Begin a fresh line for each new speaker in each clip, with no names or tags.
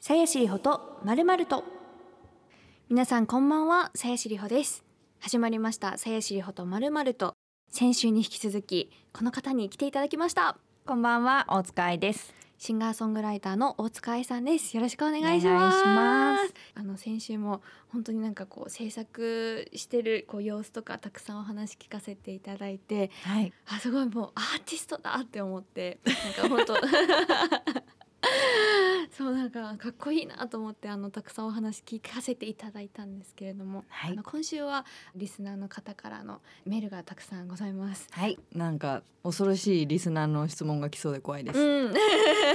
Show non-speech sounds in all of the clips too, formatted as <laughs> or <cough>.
さやしりほとまるまると皆さんこんばんはさやしりほです始まりましたさやしりほとまるまると先週に引き続きこの方に来ていただきました
こんばんは、大塚愛です。
シンガーソングライターの大塚愛さんですよろしくお願いします
お願いします
あの先週も本当になんかこう制作してるこう様子とかたくさんお話聞かせていただいて
はい。
あすごいもうアーティストだって思ってなん <laughs> か本当そうなんかかっこいいなと思ってあのたくさんお話聞かせていただいたんですけれども、
はい
あの今週はリスナーの方からのメールがたくさんございます。
はい。
なんか恐ろしいリスナーの質問が来そうで怖いです。
うん、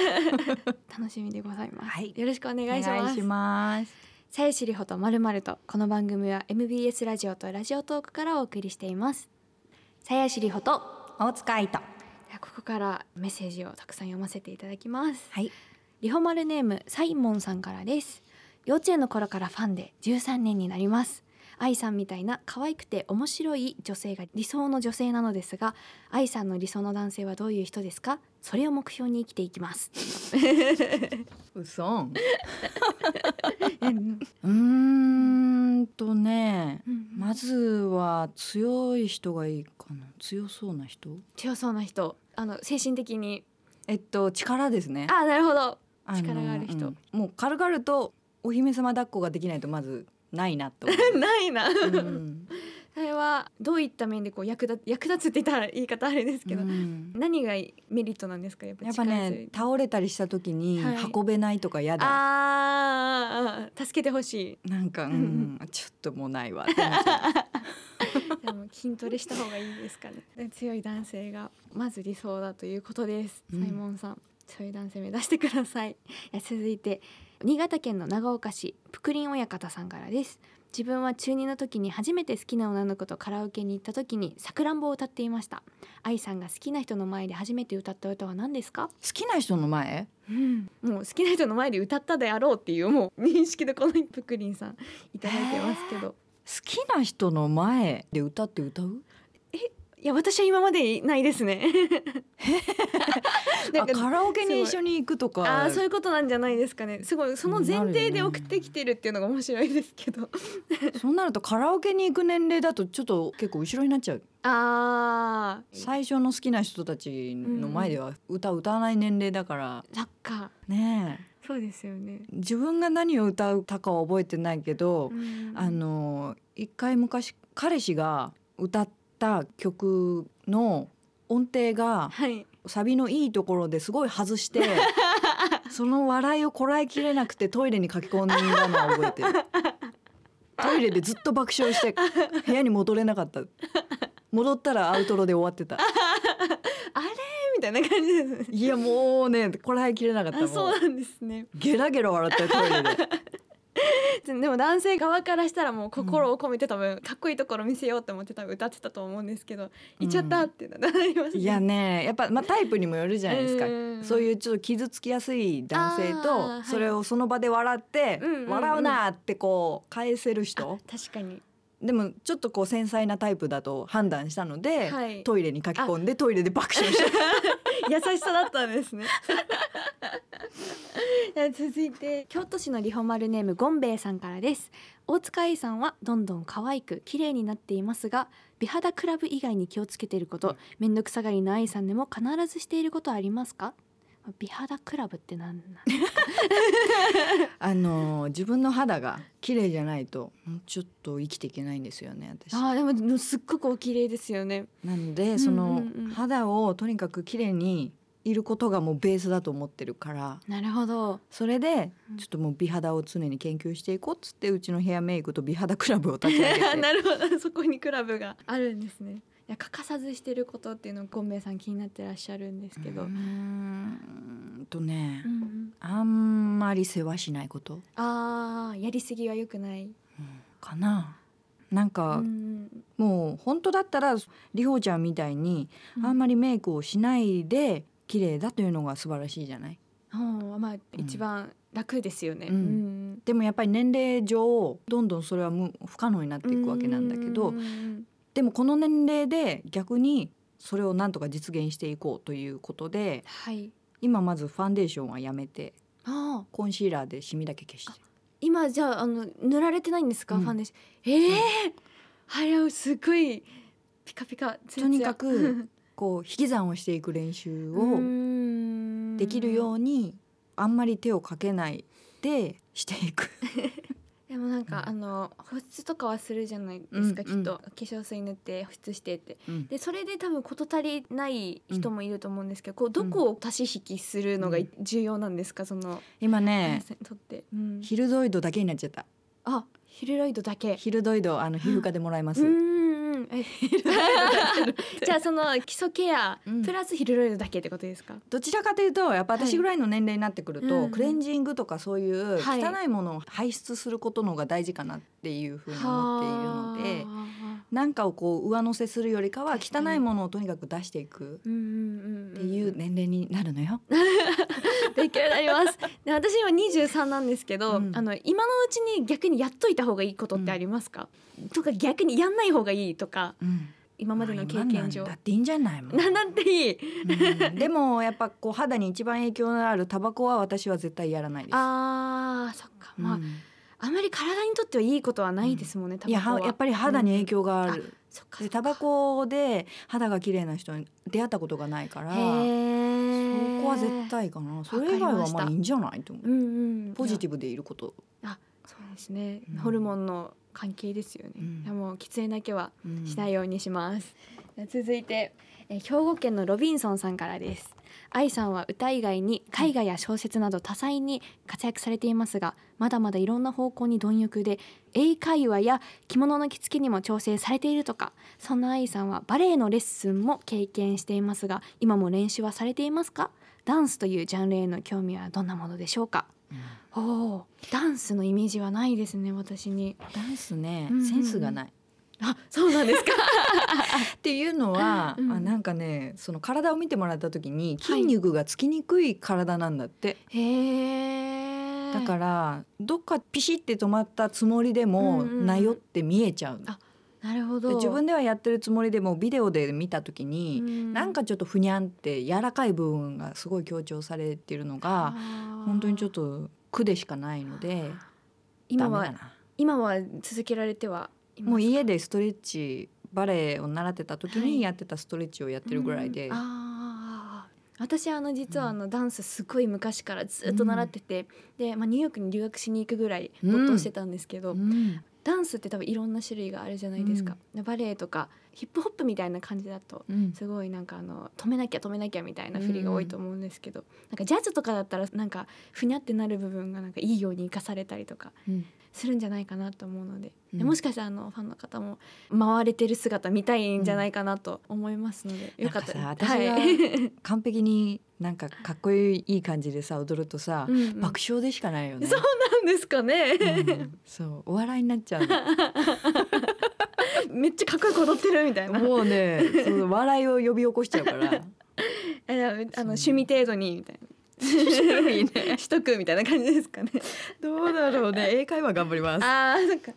<laughs> 楽しみでございます、
はい
よろしくお願
お
いします
ます。
さえしりほとまるまるとこの番組は MBS ラジオとラジオトークからお送りしていますさやしりほと
大塚愛と。
ではここからメッセージをたくさん読ませていただきます
はい。
リホマルネームサイモンさんからです幼稚園の頃からファンで13年になります愛さんみたいな可愛くて面白い女性が理想の女性なのですが愛さんの理想の男性はどういう人ですかそれを目標に生きていきます
うそん。
うん
うーんとね、
うん
まずは強い人がいいかな。強そうな人？
<laughs> 強そうな人あの精神的に
えっと力ですね。
あなるほど
あの
力がある人
うんもう軽々とお姫様抱っこができないとまずないなと思
ないな、 <laughs>
う。うん
それはどういった面でこう役立役立つって言ったら言い方あれですけど、
うん
何がメリットなんですかやっぱ
やっぱ
力強
ね
い
倒れたりした時に
はい
運べないとか嫌だ、
あー助けてほしい
なんか、うん
うん
ちょっともうないわって思っちゃう
<laughs> でも筋トレした方がいいですかね。 <laughs> で強い男性がまず理想だということです。
うん
サイモンさん、強い男性目指してください。 <laughs> え続いて新潟県の長岡市プクリン親方さんからです。自分は中二の時に初めて好きな女の子とカラオケに行った時にさくらんぼを歌っていました。愛さんが好きな人の前で初めて歌った歌は何ですか？
好きな人の <laughs> 前
うん、もう好きな人の前で歌ったであろうっていうもう認識でこのプクリンさんいただいてますけど。
好きな人の前で歌って歌う
いや私は今までいないですね。な
あ
んか
カラオケに一緒に行くとか
あーそういうことなんじゃないですかねすごいその前提で送ってきてるっていうのが面白いですけど、
そうなるとカラオケに行く年齢だとちょっと結構後ろになっちゃう
あー
最初の好きな人たちの前では歌を歌わない年齢だから
そっか
ねえ
そうですよね、
自分が何を歌うたかは覚えてないけど、
うん
あの一回昔彼氏が歌った曲の音程が
はい
サビのいいところですごい外して
<laughs>
その笑いをこらえきれなくてトイレに駆け込んだのは覚えてるトイレでずっと爆笑して部屋に戻れなかった戻ったらアウトロで終わってた
みたいな感じですね
いやもうねこらえきれなかったも
あ
う
そうなんですね
ゲラゲラ笑ったよトイレで
でも男性側からしたらもう心を込めて多分かっこいいところ見せようって思って多分歌ってたと思うんですけど「行っちゃった」ってなりますね
いやねやっぱ、まあ、タイプにもよるじゃないですか
うん
そういうちょっと傷つきやすい男性
あーはい
とそれをその場で笑って
うんうんう
「
ん
笑うな」ってこう返せる人
確かに
でもちょっとこう繊細なタイプだと判断したので、
はい
トイレに書き込んでトイレで爆笑
<laughs>
した
優しさだったんです <laughs> ね続いて京都市のリホマルネームゴンベイさんからです大塚愛さんはどんどん可愛く綺麗になっていますが美肌クラブ以外に気をつけていることめんどくさがりの愛さんでも必ずしていることはありますか美肌クラブってなんなん
あのー自分の肌が綺麗じゃないともうちょっと生きていけないんですよね私
<laughs> あーでもでもすっごくお綺麗ですよね
なのでその、
うんうんうん
肌をとにかく綺麗にいることがもうベースだと思ってるから
なるほど
それで
うん
ちょっともう美肌を常に研究していこうっつってうちのヘアメイクと美肌クラブを立ち上げ
<laughs>
て
なるほどそこにクラブがあるんですねいや欠かさずしてることっていうのゴンベイさん気になってらっしゃるんですけど、
うーんとね、
うんうん
あんまり世話しないこと
あーやりすぎは良くない。
かななんか、
うん
もう本当だったらりほちゃんみたいにあんまりメイクをしないで綺麗だというのが素晴らしいじゃない
うんまあ一番楽ですよね。
うん
ん
でもやっぱり年齢上どんどんそれは無不可能になっていくわけなんだけ
う
ど
ん
でもこの年齢で逆にそれをなんとか実現していこうということで
はい。
今まずファンデーションはやめて
ああ
コンシーラーでシミだけ消して
今じゃああの塗られてないんです
う
か、
ん
ファンデーションええあれはすごいピカピカ
とにか
<laughs>
くこう引き算をしていく練習を
を
できるようにあんまり手をかけないでしていく
でもなんか、
うん
あの保湿とかはするじゃないですか、
うんうん
きっと化粧水塗って保湿してって
うん
でそれで多分事足りない人もいると思うんですけど、こうどこを足し引きするのがい重要なんですかその、
今ね
とって、うん
ヒルドイドだけになっちゃった
あヒルロイドだけ。
ヒルドイドあの皮膚科でもらいま
う
す、
んうん
<laughs>
えじゃあその基礎ケア、
うん
プラスヒルロイドだけってことですか
どちらかというとやっぱ私ぐらいの年齢になってくると、
はいうん
クレンジングとかそういう
はい
汚いものを排出することの方が大事かなっていうふうに思っているので、
はあ
なんかをこう上乗せするよりかは
確か
汚
に
いものをとにかく出していく
うんうんうんん
って
<laughs>
いう年齢になるのよ。
勉強になります。で私今二十三なんですけど、
うん
あの今のうちに逆にやっといた方がいいことってありますか？とか逆にやんない方がいいとか
うん
今までの経験上
まあ今なんだっていいんじゃないもん。
なんなんていい。
うんでもやっぱこう肌に一番影響のあるタバコは私は絶対やらないです。
ああそっかまあ、
うん
あまり体にとってはいいことはないですもんね。タ
いや
バコは
はやっぱり肌に影響がある。
そっかそ
で
っ
タ
か
バコで肌が綺麗な人に出会ったことがないから。
へえ
そこは絶。対かな。それ以外はまあいいんじゃないと思
うん
う。
うん。
ポジテ
ィ
ィブでいること。
ブ。そうですね
うん。
ホルモンの関係ですよね。
うん
いやもう喫煙だけは
うん
しないようにします。続いて、えー兵庫県のロビンソンさんからです。愛さんは歌以外に絵画や小説など多彩に活躍されていますがまだまだいろんな方向に貪欲で英会話や着物の着付けにも調整されているとかそんな愛さんはバレエのレッスンも経験していますが今も練習はされていますかダンスというジャンルへの興味はどんなものでしょうか
うん
おーダンスのイメージはないですね私に
ダンスね
うんうんうん
センスがない。
あそうなんですか
っていうのは、
うん
あなんかねその体を見てもらった時に筋肉がつきにくい体なんだって、
<laughs> へえ
だからどっかピシって止まったつもりでも、
うんうんうん
なよって見えちゃう
あなるほど。
で自分ではやってるつもりでもビデオで見た時に、なんかちょっとふにゃんって柔らかい部分がすごい強調されてるのが本当にちょっ
と
と苦でしかないので
今
ダメ
は
だな
今は続けられてはいます
もう家でストレッチバレエを習ってた時
はい
にやってたストレッチをやってるぐらいで、
うんあー私あの実はあのダンスすごい昔からずっと習ってて、で、まあ、ニューヨークに留学しに行くぐらい
うん
没頭してたんですけど、
うん
ダンスって多分いろんな種類があるじゃないですか、でバレエとかヒップホップみたいな感じだと
うん
すごいなんかあの止めなきゃ止めなきゃみたいな振りが多いと思うんですけど、なんかジャズとかだったらなんかふにゃってなる部分がなんかいいように生かされたりとか
うん
するんじゃないかなと思うので、
うん
もしかしたらあのファンの方も回れてる姿見たいんじゃないかなと思いますので、よかった
なんかさ私が
はい <laughs>
完璧になんかかっこいい感じでさ踊るとさ、
うんうん
爆笑でしかないよね。
そうなんですかね、
うんそうお笑いになっ <laughs> ちゃうの
めっちゃかっこよく踊ってるみたいな <laughs>
もうねそう笑いを呼び起こしちゃうから
あの趣味程度にみたい <laughs> な
趣味ね
しとくみたいな感じですかね
どうだろうね英会話頑張りま
あーなんか